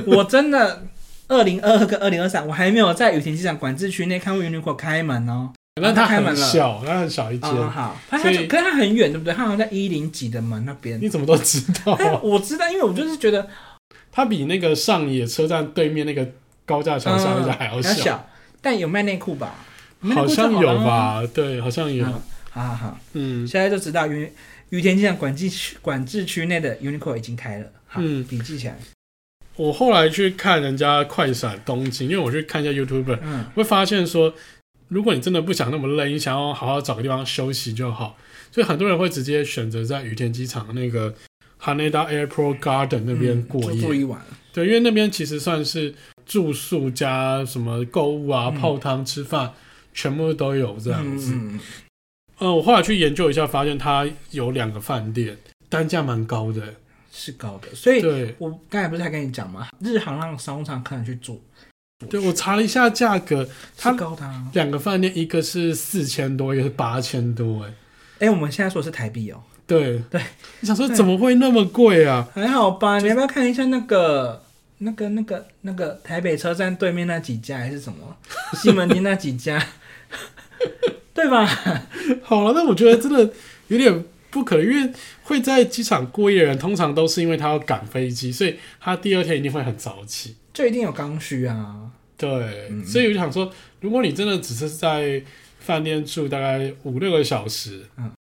我真的二零二二跟二零二三，我还没有在羽田机场管制区内看过 Uniqlo 开门哦。那它它开门很了小，它很小一间，啊好，它所它以就可是它很远，对不对？它好像在一零几的门那 *laughs* 边。你怎么都知道 *laughs* 啊、哎，我知道，因为我就是觉得它比那个上野车站对面那个高架桥上那个还要嗯小，小，但有卖内裤吧？卖内好裤就像好有啦？吧？对，好像有。嗯好好好，嗯现在就知道羽羽田机场管制区管制区内的 Uniqlo 已经开了。好，嗯笔记起来。我后来去看人家快闪东京，因为我去看一下 YouTuber，嗯，会发现说，如果你真的不想那么累，你想要好好找个地方休息就好。所以很多人会直接选择在羽田机场那个 Haneda Airport Garden 那边嗯过就夜。住一晚。对，因为那边其实算是住宿加什么购物啊、嗯泡汤、吃饭，全部都有这样子。嗯嗯嗯嗯我后来去研究一下，发现它有两个饭店，单价蛮高的。是高的，所以对，我刚才不是还跟你讲吗？日航让商务舱客人去住，对我查了一下价格，它是高的、啊。两个饭店一个是四千多，一个是八千多，哎，哎、我们现在说的是台币哦、对对，你想说对怎么会那么贵啊？还好吧？你要不要看一下那个、那个、那个、那个台北车站对面那几家还是什么 *laughs* 西门町那几家， *laughs* 对吧？好了，那我觉得真的有点不可能，因为会在机场过夜的人，通常都是因为他要赶飞机，所以他第二天一定会很早起。就一定有刚需啊。对，嗯所以我就想说，如果你真的只是在饭店住大概五六个小时，嗯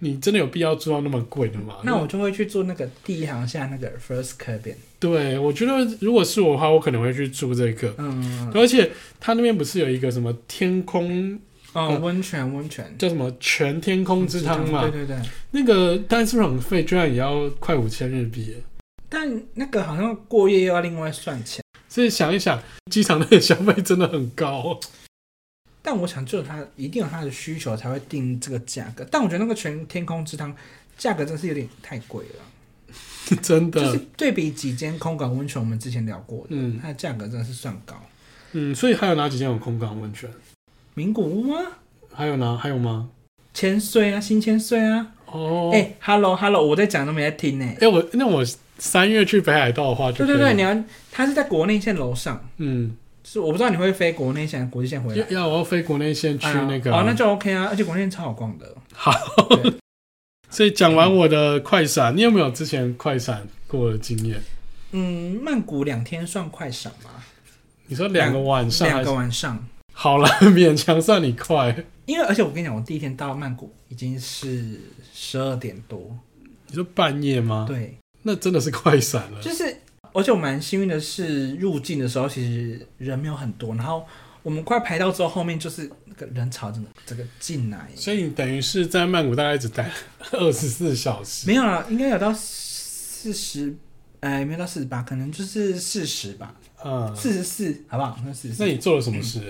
你真的有必要住到那么贵的吗？那我就会去住那个第一航线那个 first cabin。对我觉得，如果是我的话，我可能会去住这个。嗯，而且他那边不是有一个什么天空哦，温泉温泉叫什么全天空之汤嘛？嗯对对对。那个单次入场费居然也要快五千日币耶，但那个好像过夜又要另外算钱。所以想一想，机场的消费真的很高。 *laughs* 但我想，就有他一定有他的需求才会定这个价格。但我觉得那个全天空之汤价格真是有点太贵了，真的，就是对比几间空港温泉，我们之前聊过的，嗯它的价格真的是算高。嗯，所以还有哪几间有空港温泉？名古屋啊，还有呢？还有吗？千岁啊，新千岁啊，哎哦，哎、h e l l o Hello，我在讲都没在听呢、哎、我那我三月去北海道的话就对可以对了，对，你要它是在国内线楼上，嗯，是我不知道你会飞国内线还是国际线回来要。要我要飞国内线去哎呀那个、哦，那就 OK 啊，而且国内线超好逛的。好对。所以讲完我的快闪，你有没有之前快闪过的经验？嗯，曼谷两天算快闪吗？你说两个晚上两还是个晚上，好了，勉强算你快。因为而且我跟你讲，我第一天到曼谷已经是十二点多，你说半夜吗？对，那真的是快闪了。就是而且我蛮幸运的是，入境的时候其实人没有很多，然后我们快排到之后，后面就是那个人潮真的这个进来所以你等于是在曼谷大概只待 *laughs* 二十四小时。没有啦，应该有到四十，哎，没有到四十八，可能就是四十吧，嗯，四十四，好不好？那四十那四。你做了什么事？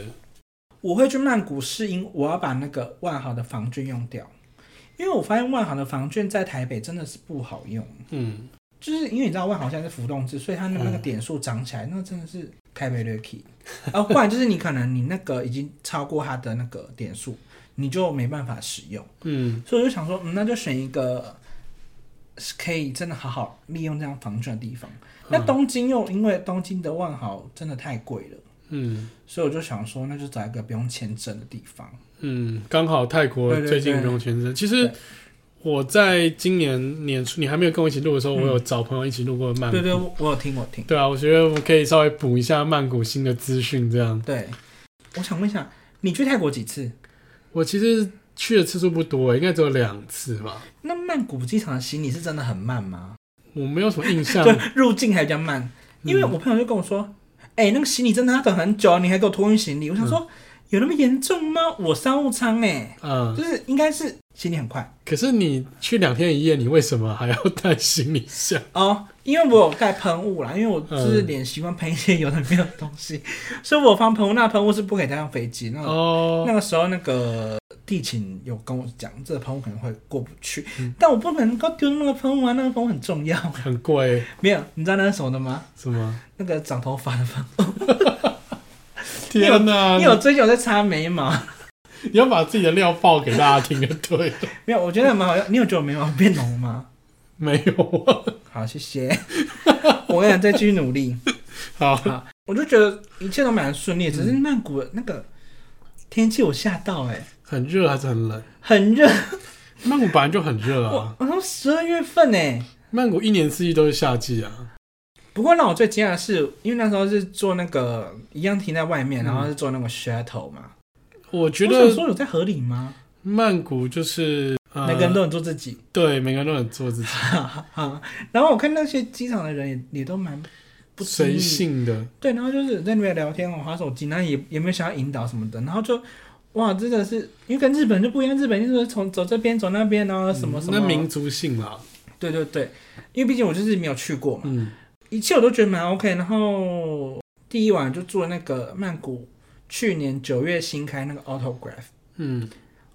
我会去曼谷是因我要把那个万豪的房券用掉，因为我发现万豪的房券在台北真的是不好用，嗯，就是因为你知道万豪现在是浮动制，所以它那嗯个那个点数涨起来，那真的是台北 lucky。啊， *laughs* 不然就是你可能你那个已经超过它的那个点数，你就没办法使用。嗯，所以我就想说，嗯，那就选一个是可以真的好好利用这样防券的地方。那东京又因为东京的万豪真的太贵了，嗯所以我就想说，那就找一个不用签证的地方。嗯，刚好泰国对对最近对不用签证。其实对我在今年年初，你还没有跟我一起录的时候，嗯我有找朋友一起录过曼谷。对对，我我有听，我有听。对啊，我觉得我们可以稍微补一下曼谷新的资讯。这样，对，我想问一下，你去泰国几次？我其实去的次数不多，应该只有两次吧。那曼谷机场的行李是真的很慢吗？我没有什么印象。 *laughs* 对，入境还比较慢，因为嗯我朋友就跟我说，哎、那个行李真的要等很久，你还给我托运行李。我想说，有那么严重吗？我商务舱哎、嗯，就是应该是行李很快。可是你去两天一夜，你为什么还要带行李箱？哦，因为我有带喷雾啦，因为我嗯就是脸习惯喷一些有的没有的东西，所以我放喷雾。那喷雾是不可以带上飞机。那、哦，那个时候，那个地勤有跟我讲，这个喷雾可能会过不去，嗯但我不能够丢那个喷雾啊，那个喷雾很重要。很贵，没有，你知道那是什么的吗？是吗？那个长头发的喷雾。 *laughs* 你有天哪！因为我最近有在擦眉毛，你要把自己的料爆给大家听就对了。没有，我觉得蛮好用。你有觉得我眉毛变浓吗？没有啊， *laughs* 好，谢 *laughs* 谢。我跟你讲，再继续努力。嗯好，好，我就觉得一切都蛮顺利，只是曼谷的那个天气我吓到哎、很热还是很冷？很热，曼谷本来就很热我啊，我从十二月份哎、曼谷一年四季都是夏季啊。不过让我最惊讶的是，因为那时候是坐那个一样停在外面，嗯然后是坐那个 shuttle 嘛。我觉我想得说有在合理吗？曼谷就是、呃、每个人都能做自己。 *laughs* 对，每个人都很做自己，哈。然后我看那些机场的人也也都蛮不经随意性的。对，然后就是在那边聊天，我划手机，然后也也没有想要引导什么的，然后就哇，真的是因为跟日本就不一样，日本就是从走这边走那边，然后什么嗯什么，那民族性啦，对对对，因为毕竟我就是没有去过嘛，嗯一切我都觉得蛮 OK。然后第一晚就住那个曼谷，去年九月新开那个 Autograph。嗯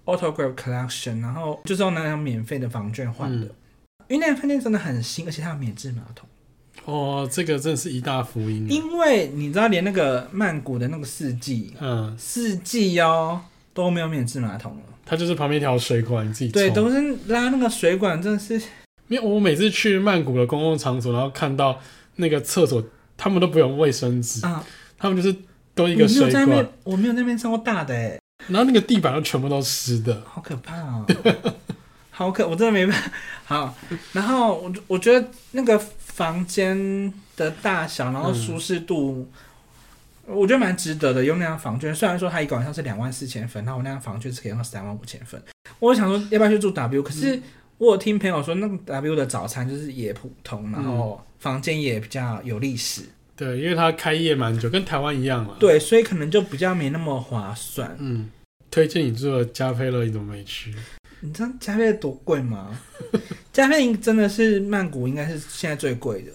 Autograph Collection，然后就是用那张免费的房券换的，嗯因为那张饭店真的很新，而且它有免治马桶。哦，这个真是一大福音啊。因为你知道，连那个曼谷的那个四季，嗯，四季哦都没有免治马桶了，它就是旁边一条水管，你自己对，冲都是拉那个水管，真的是因为我每次去曼谷的公共场所，然后看到那个厕所，他们都不用卫生纸，啊，他们就是都一我个没有水在那管，边，我没有在那边上过大的、欸，然后那个地板都全部都湿的。好可怕哦， *laughs* 好可，我真的没办法。 *laughs* 好，然后我我觉得那个房间的大小，然后嗯舒适度。我觉得蛮值得的，用那张房券，虽然说它一个晚上是两万四千分，那我那张房券是可以用到三万五千分。我想说要不要去住 W，可是我有听朋友说，那个 W 的早餐就是也普通，然后房间也比较有历史，对，因为它开业蛮久，跟台湾一样嘛。，对，所以可能就比较没那么划算。嗯，推荐你住的加菲乐，你怎么没去？你知道加菲多贵吗？ *laughs* 加菲真的是曼谷应该是现在最贵的，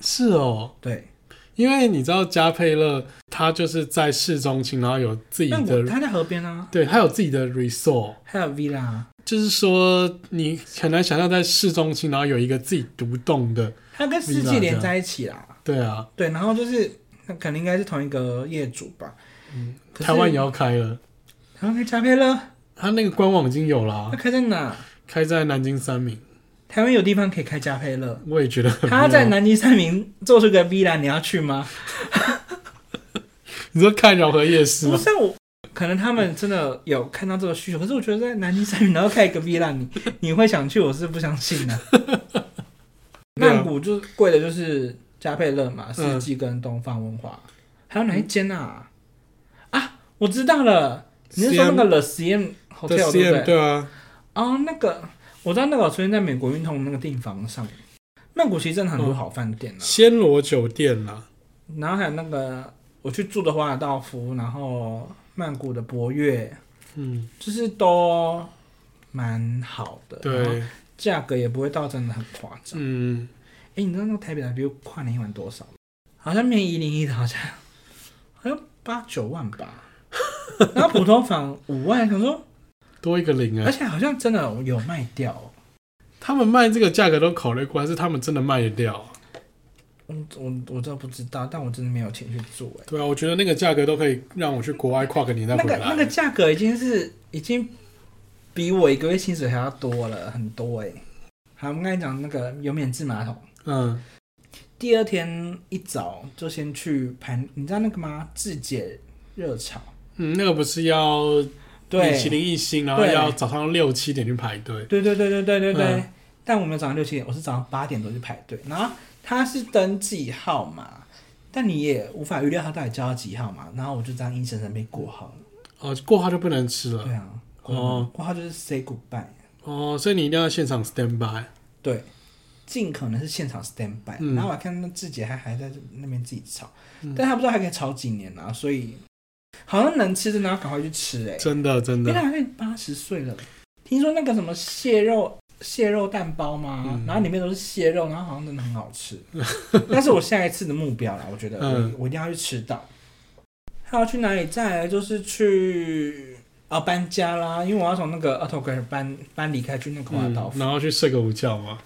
是哦，对，因为你知道加菲乐，它就是在市中心，然后有自己曼谷的，它在河边啊，对，它有自己的 resort。还有 villa，啊就是说，你很难想象在市中心，然后有一个自己独栋的，它跟四 villa 季连在一起啦，对啊，对，然后就是那可能应该是同一个业主吧，嗯可是台湾也要开了，台湾开加菲了，它那个官网已经有了啊、它开在哪？开在南京三明，台湾有地方可以开加菲乐，我也觉得很妙他在南极三明做出个 V 啦，你要去吗？你说看饶河夜市不吗？是啊我，可能他们真的有看到这个需求，可是我觉得在南极三明然后开一个 V 啦，你 *laughs* 你会想去，我是不相信 *laughs* 的、对啊曼谷就是贵的，就是加倍乐嘛，四嗯季跟东方文化，还有哪一间啊？啊，我知道了，你是说那个 The CM Hotel 对不 CM 对？对啊，哦，那个我知道那个出现在美国运通那个地方上。曼谷其实真的很多好饭店啊，暹罗酒店啊啦，然后还有那个我去住的华尔道夫，然后曼谷的博悦，嗯，就是都蛮好的，，对，价格也不会到真的很夸张。嗯，哎、你知道那个台北的 view 跨年一晚多少吗？好像没一零一的，好像好像八九 *laughs* 万吧。然后普通房五万，想说，多一个零而啊。且好像真的有卖掉哦。他们卖这个价格都考虑过，还是他们真的卖得掉啊？我我我真的不知道，但我真的没有钱去住哎、对啊，我觉得那个价格都可以让我去国外跨个年再那回个来。那个价格已经是已经比我一个月薪水还要多了很多哎、好，我们刚才讲那个有免治马桶，嗯，第二天一早就先去排，你知道那个吗？质检热潮，嗯，那个不是要米其对，林一星，然后对要早上六七点去排队。对对对对对对对。嗯但我没有早上六七点，我是早上八点多去排队，然后他是登记号码，但你也无法预料他到底叫到几号嘛，然后我就这样硬生生被过号了。哦，过后就不能吃了。对啊，嗯哦过号就是 say goodbye，哦，所以你一定要现场 stand by。对，尽可能是现场 stand by、嗯然后我还看那志杰还还在那边自己炒，但他不知道还可以炒几年啊，所以好像能吃真的要赶快去吃哎、欸，真的，真因为他的，好像八十岁了。听说那个什么蟹肉蟹肉蛋包嘛，嗯然后里面都是蟹肉，然后好像真的很好 *laughs* 吃。那是我下一次的目标啦，我觉得我,、嗯我一定要去吃到。还要去哪里？再来就是去啊搬家啦，因为我要从那个 a u t o g r a 搬搬离开去那个华嗯岛。哎、然后去睡个午觉嘛。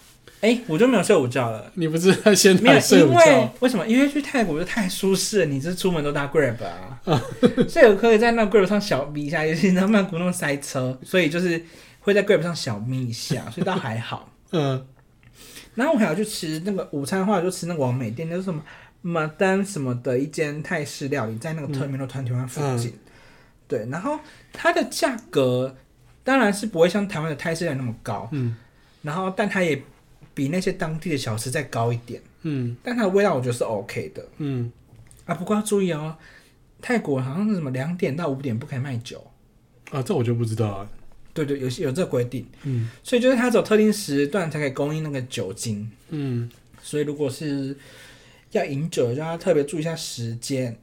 我就没有睡午觉了。你不是在仙 *laughs* 没有台，睡因午为觉？为什么？因为去泰国就太舒适了，你这出门都搭 Grab 啊， *laughs* 所以我可以在那 Grab 上小眯一下，尤其是曼谷那么塞车，所以就是会在 Grab 上小眯一下，所以倒还好。嗯，然后我还要去吃那个午餐的话，就吃那个王美店，就是什么马丹什么的一间泰式料理，在那个嗯 Terminal Twenty One 附近。对，然后它的价格当然是不会像台湾的泰式料理那么高，嗯，然后但它也比那些当地的小吃再高一点，嗯，但它的味道我觉得是 OK 的。嗯，啊，不过要注意哦，泰国好像是什么两点到五点不可以卖酒，啊，这我就不知道了。对对，有些有这个规定，嗯，所以就是它只有特定时段才可以供应那个酒精，嗯，所以如果是要饮酒的，就要特别注意一下时间。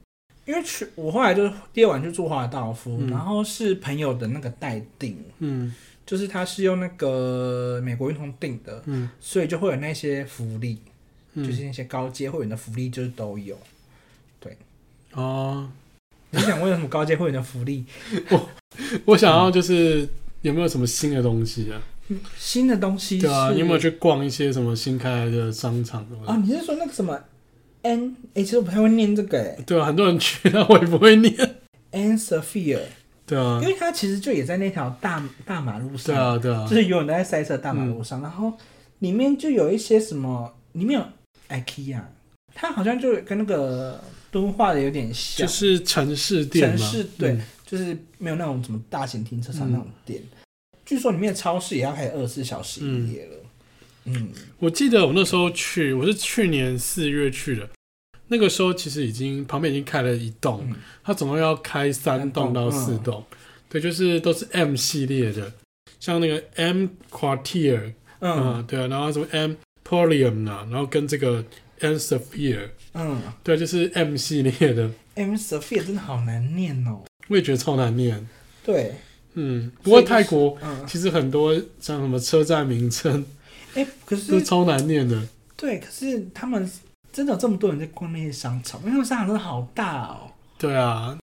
因为去我后来就是第二晚去住华尔道夫，嗯然后是朋友的那个代订，嗯，就是他是用那个美国运通订的，嗯，所以就会有那些福利，嗯就是那些高阶会员的福利就是都有。哦，你想问有什么高阶会员的福利？我想要就是有没有什么新的东西啊？新的东西是？对啊，你有没有去逛一些什么新开的商场什么哦，的？你是说那个什么 N？哎、其实我不太会念这个哎对啊，很多人去，但我也不会念。 ，N Sophia，对啊因，为它其实就也在那条大大马路对上，啊，嗯对啊就，是永远都在塞车的大马路上，然后里面就有一些什么，里面有 IKEA，它好像就跟那个敦化的有点像，就是城市店嘛。城市对嗯，就是没有那种什么大型停车场嗯那种店。据说里面的超市也要开二十四小时营业了。嗯，我记得我那时候去，我是去年四月去的，那个时候其实已经旁边已经开了一栋，嗯它总共要开三栋到四栋，对，就是都是 M 系列的，像那个 M Quartier 啊、嗯对啊，然后什么 M Polium 啊，然后跟这个 M Sphere，嗯对，就是 M 系列的， ，M Sophia 真的好难念哦。我也觉得超难念，对，嗯，不所过以就是泰国嗯，其实很多像什么车站名称哎、可都是超难念的，对，可是他们真的有这么多人在逛那些商场，因为他们商场真的好大哦。对啊，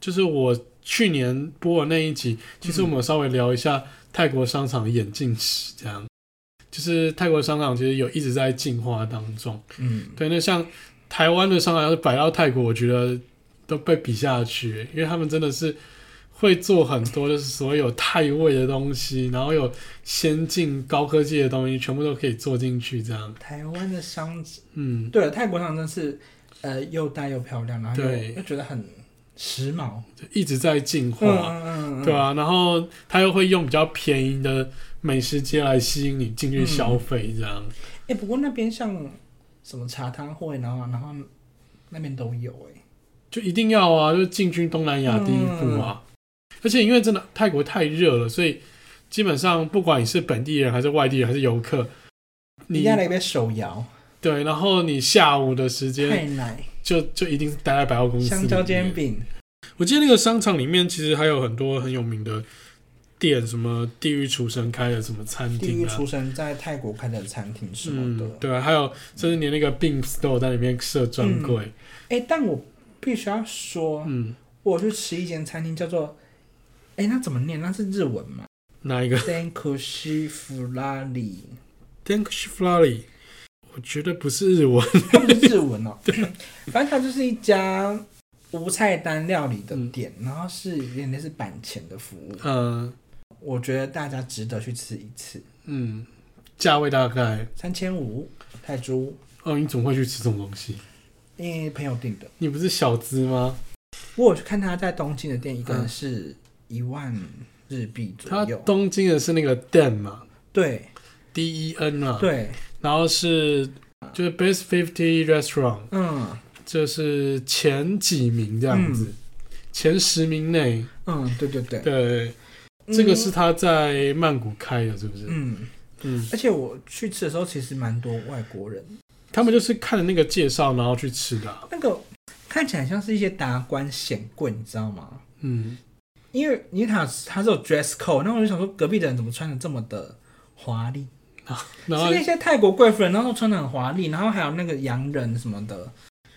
就是我去年播的那一集，其实我们有稍微聊一下泰国商场的演进史，这样，就是泰国商场其实有一直在进化当中。嗯，对，那像台湾的商场要是摆到泰国，我觉得都被比下去，因为他们真的是会做很多就是所有太位的东西，然后有先进高科技的东西，全部都可以做进去这样。台湾的商场，嗯，对了，泰国商场真是呃又大又漂亮，然后又对又觉得很时髦，就一直在进嗯化。嗯嗯，对嗯，啊，然后他又会用比较便宜的美食街来吸引你进去消费，这样。哎，不过那边像什么茶汤会，然后然后那边都有哎，就一定要啊，就进军东南亚第一步啊。嗯而且因为真的泰国太热了，所以基本上不管你是本地人还是外地人还是游客，你你要来一杯手摇对，然后你下午的时间太奶就就一定是待在百货公司。香蕉煎。饼，我记得那个商场里面其实还有很多很有名的店，什么地狱厨神开的什么餐地狱厅啊。厨神在泰国开的餐厅什么的嗯，，对啊，还有甚至连那个 Beams 都有在里面设专柜，哎、但我必须要说，嗯，我去吃一间餐厅叫做，哎、那怎么念？那是日文 *laughs* 嘛哪一个？Dankoshi Fulari， Dankish Flurry，我觉得不是日文，它不是日文 *laughs* 哦。 *laughs* 反正它就是一家无菜单料理的店，然后是有点类似板前的服务，嗯我觉得大家值得去吃一次，嗯，价位大概，三千五泰铢，哦，你怎么会去吃这种东西？因为朋友订的。你不是小资吗？我有去看他在东京的店，一个人嗯是一万日币左它右，东京的是那个 Den 嘛对，D E N 嘛，，对，然后是就是 Best Fifty Restaurant，嗯就是前几名这样子，前十名内，嗯，对对对，对，这个嗯是他在曼谷开的，是不是？嗯，嗯，而且我去吃的时候，其实蛮多外国人，他们就是看了那个介绍，然后去吃的啊、那个看起来像是一些达官显贵，你知道吗？嗯，因为因为他他是有 dress code，那我就想说隔壁的人怎么穿的这么的华丽？然后是那些泰国贵妇人，然后穿的很华丽，然后还有那个洋人什么的，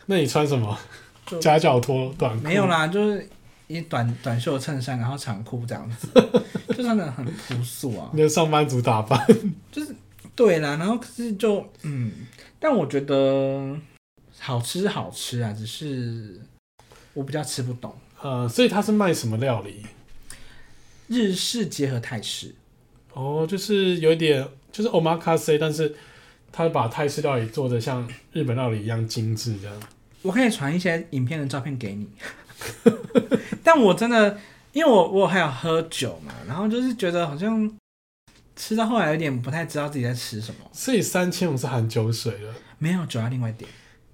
那你穿什么就？夹脚拖短裤？没有啦，就是一短短袖衬衫，然后长裤这样子， *laughs* 就穿的很朴素啊你。的上班族打扮。对啦，然后可是就嗯，但我觉得好吃是好吃啊，只是我比较吃不懂。呃，所以他是卖什么料理？日式结合泰式，哦，就是有一点就是 omakase，但是他把泰式料理做的像日本料理一样精致这样。我可以传一些影片的照片给你。 *laughs* 但我真的，因为我我还有喝酒嘛，然后就是觉得好像吃到后来有点不太知道自己在吃什么。所以三千五是含酒水的，没有酒要另外点，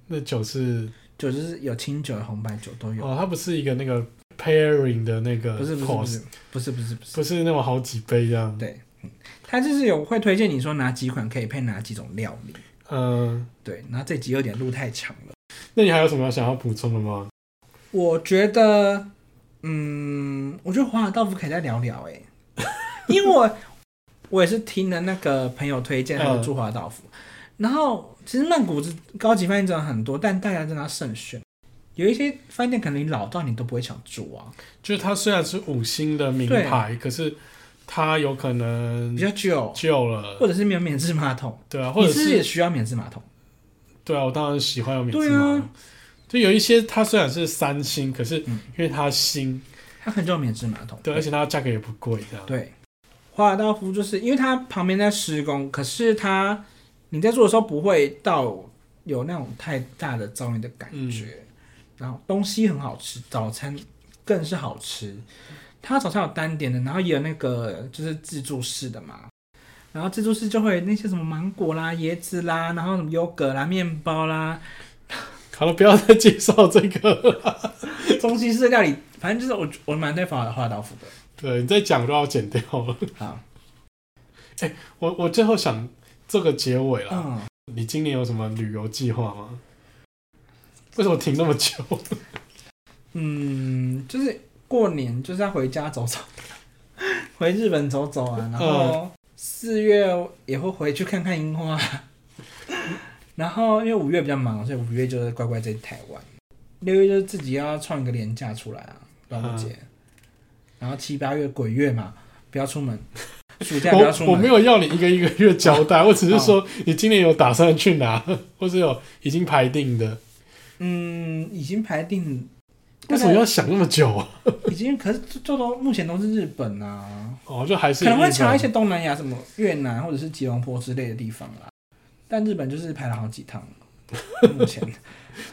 那酒是酒就是有清酒、有红白酒都有，哦，它不是一个那个 pairing 的那个不是不是不 course，是不是不是不是，不是那种好几杯这样。对，嗯他就是有会推荐你说哪几款可以配哪几种料理。嗯、对，然后这集有点录太长了。那你还有什么想要补充的吗？我觉得，嗯，我觉得华尔道夫可以再聊聊 *laughs* 哎、因为我我也是听了那个朋友推嗯荐，他们住华尔道夫，然后其实曼谷是高级饭店真的很多，但大家真的要慎选，有一些饭店可能你老到你都不会想住啊，就是它虽然是五星的名对牌，可是它有可能比较旧，旧了或，者是没有免治马桶，对啊，或者你是不是也是需要免治马桶？对啊，我当然喜欢有免治对啊马桶。就有一些它虽然是三星，可是嗯因为它新，它很重要免治马桶，对，而且它价格也不贵，这样。对，华尔道夫就是因为它旁边在施工，可是它你在做的时候不会到有那种太大的噪音的感觉。然后东西很好吃，早餐更是好吃。它早餐有单点的，然后也有那个就是自助式的嘛。然后自助式就会有那些什么芒果啦、椰子啦，然后什么优格啦、面包啦，好了，不要再介绍这个了。中西式的料理，反正就是我我蛮对华华尔道夫的。对，你再讲都要剪掉了。好，我我最后想做个结尾啦。嗯，你今年有什么旅游计划吗？为什么停那么久？嗯，就是过年就是要回家走 *laughs* 走，回日本走走啊，然后嗯四月也会回去看看樱花，啊 *laughs* 然后因为五月比较忙，所以五月就是乖乖在台湾，六月就是自己要创一个年假出来啊，端午节，嗯然后七八月鬼月嘛，不要 *laughs* 出门，暑假不要出我我没门，有要你一个一个月交代，我只是说你今年有打算去哪，或是有已经排定的。嗯，已经排定为什么要想那么久啊？已经可是这这都目前都是日本啊，哦，就还是可能日会本查一些东南亚什么越南或者是吉隆坡之类的地方啦。但日本就是排了好几趟了， *laughs* 目前，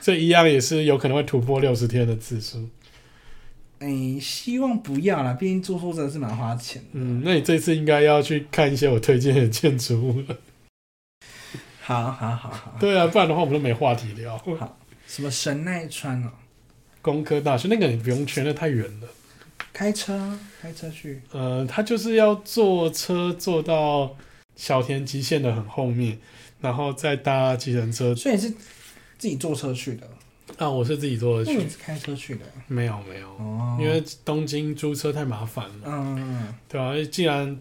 这一样也是有可能会突破六十天的次数。嗯、希望不要啦，毕竟住宿真的是蛮花钱的。嗯，那你这次应该要去看一些我推荐的建筑物了。好好好好， *laughs* 对啊，不然的话我们都没话题聊。什么神奈川哦，工科大学那个你不用去，那太远了。开车啊开车去，呃，它就是要坐车坐到小田急线的很后面，然后再搭计程车。所以你是自己坐车去的，啊，我是自己坐的那你去，是开车去的没有没有，哦，因为东京租车太麻烦了，嗯对吧、啊？既然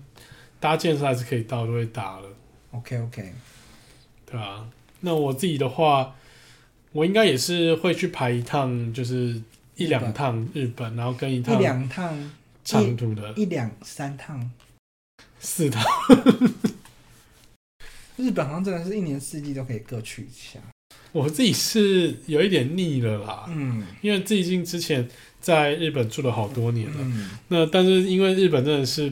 搭建车还是可以到，就会搭了。 ，OK OK，对啊，那我自己的话，我应该也是会去排一趟，就是一两趟日本，然后跟一一趟两趟长途的一两三趟，四趟。日本好像真的是一年四季都可以各去一下。我自己是有一点腻了啦，嗯因为最近之前在日本住了好多年了，嗯，那但是因为日本真的是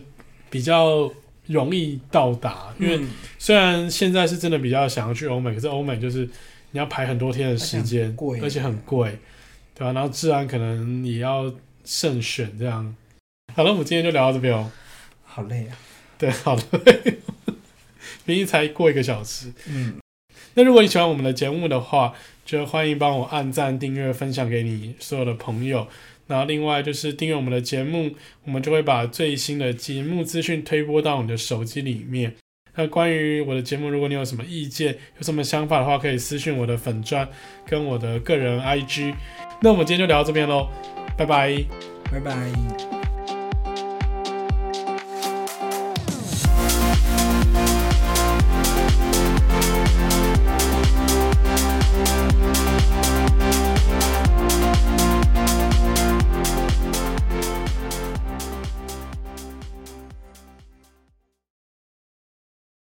比较容易到达，因为嗯虽然现在是真的比较想要去欧美，可是欧美就是你要排很多天的时间，贵而且很贵，对吧、然后治安可能也要慎选这样。好了，我们今天就聊到这边哦。好累啊。对，好了， *laughs* 明明才过一个小时。嗯，那如果你喜欢我们的节目的话，就欢迎帮我按赞、订阅、分享给你所有的朋友。然后另外就是订阅我们的节目，我们就会把最新的节目资讯推播到你的手机里面。那关于我的节目，如果你有什么意见、有什么想法的话，可以私信我的粉砖跟我的个人 IG。那我们今天就聊到这边喽，拜拜。拜拜。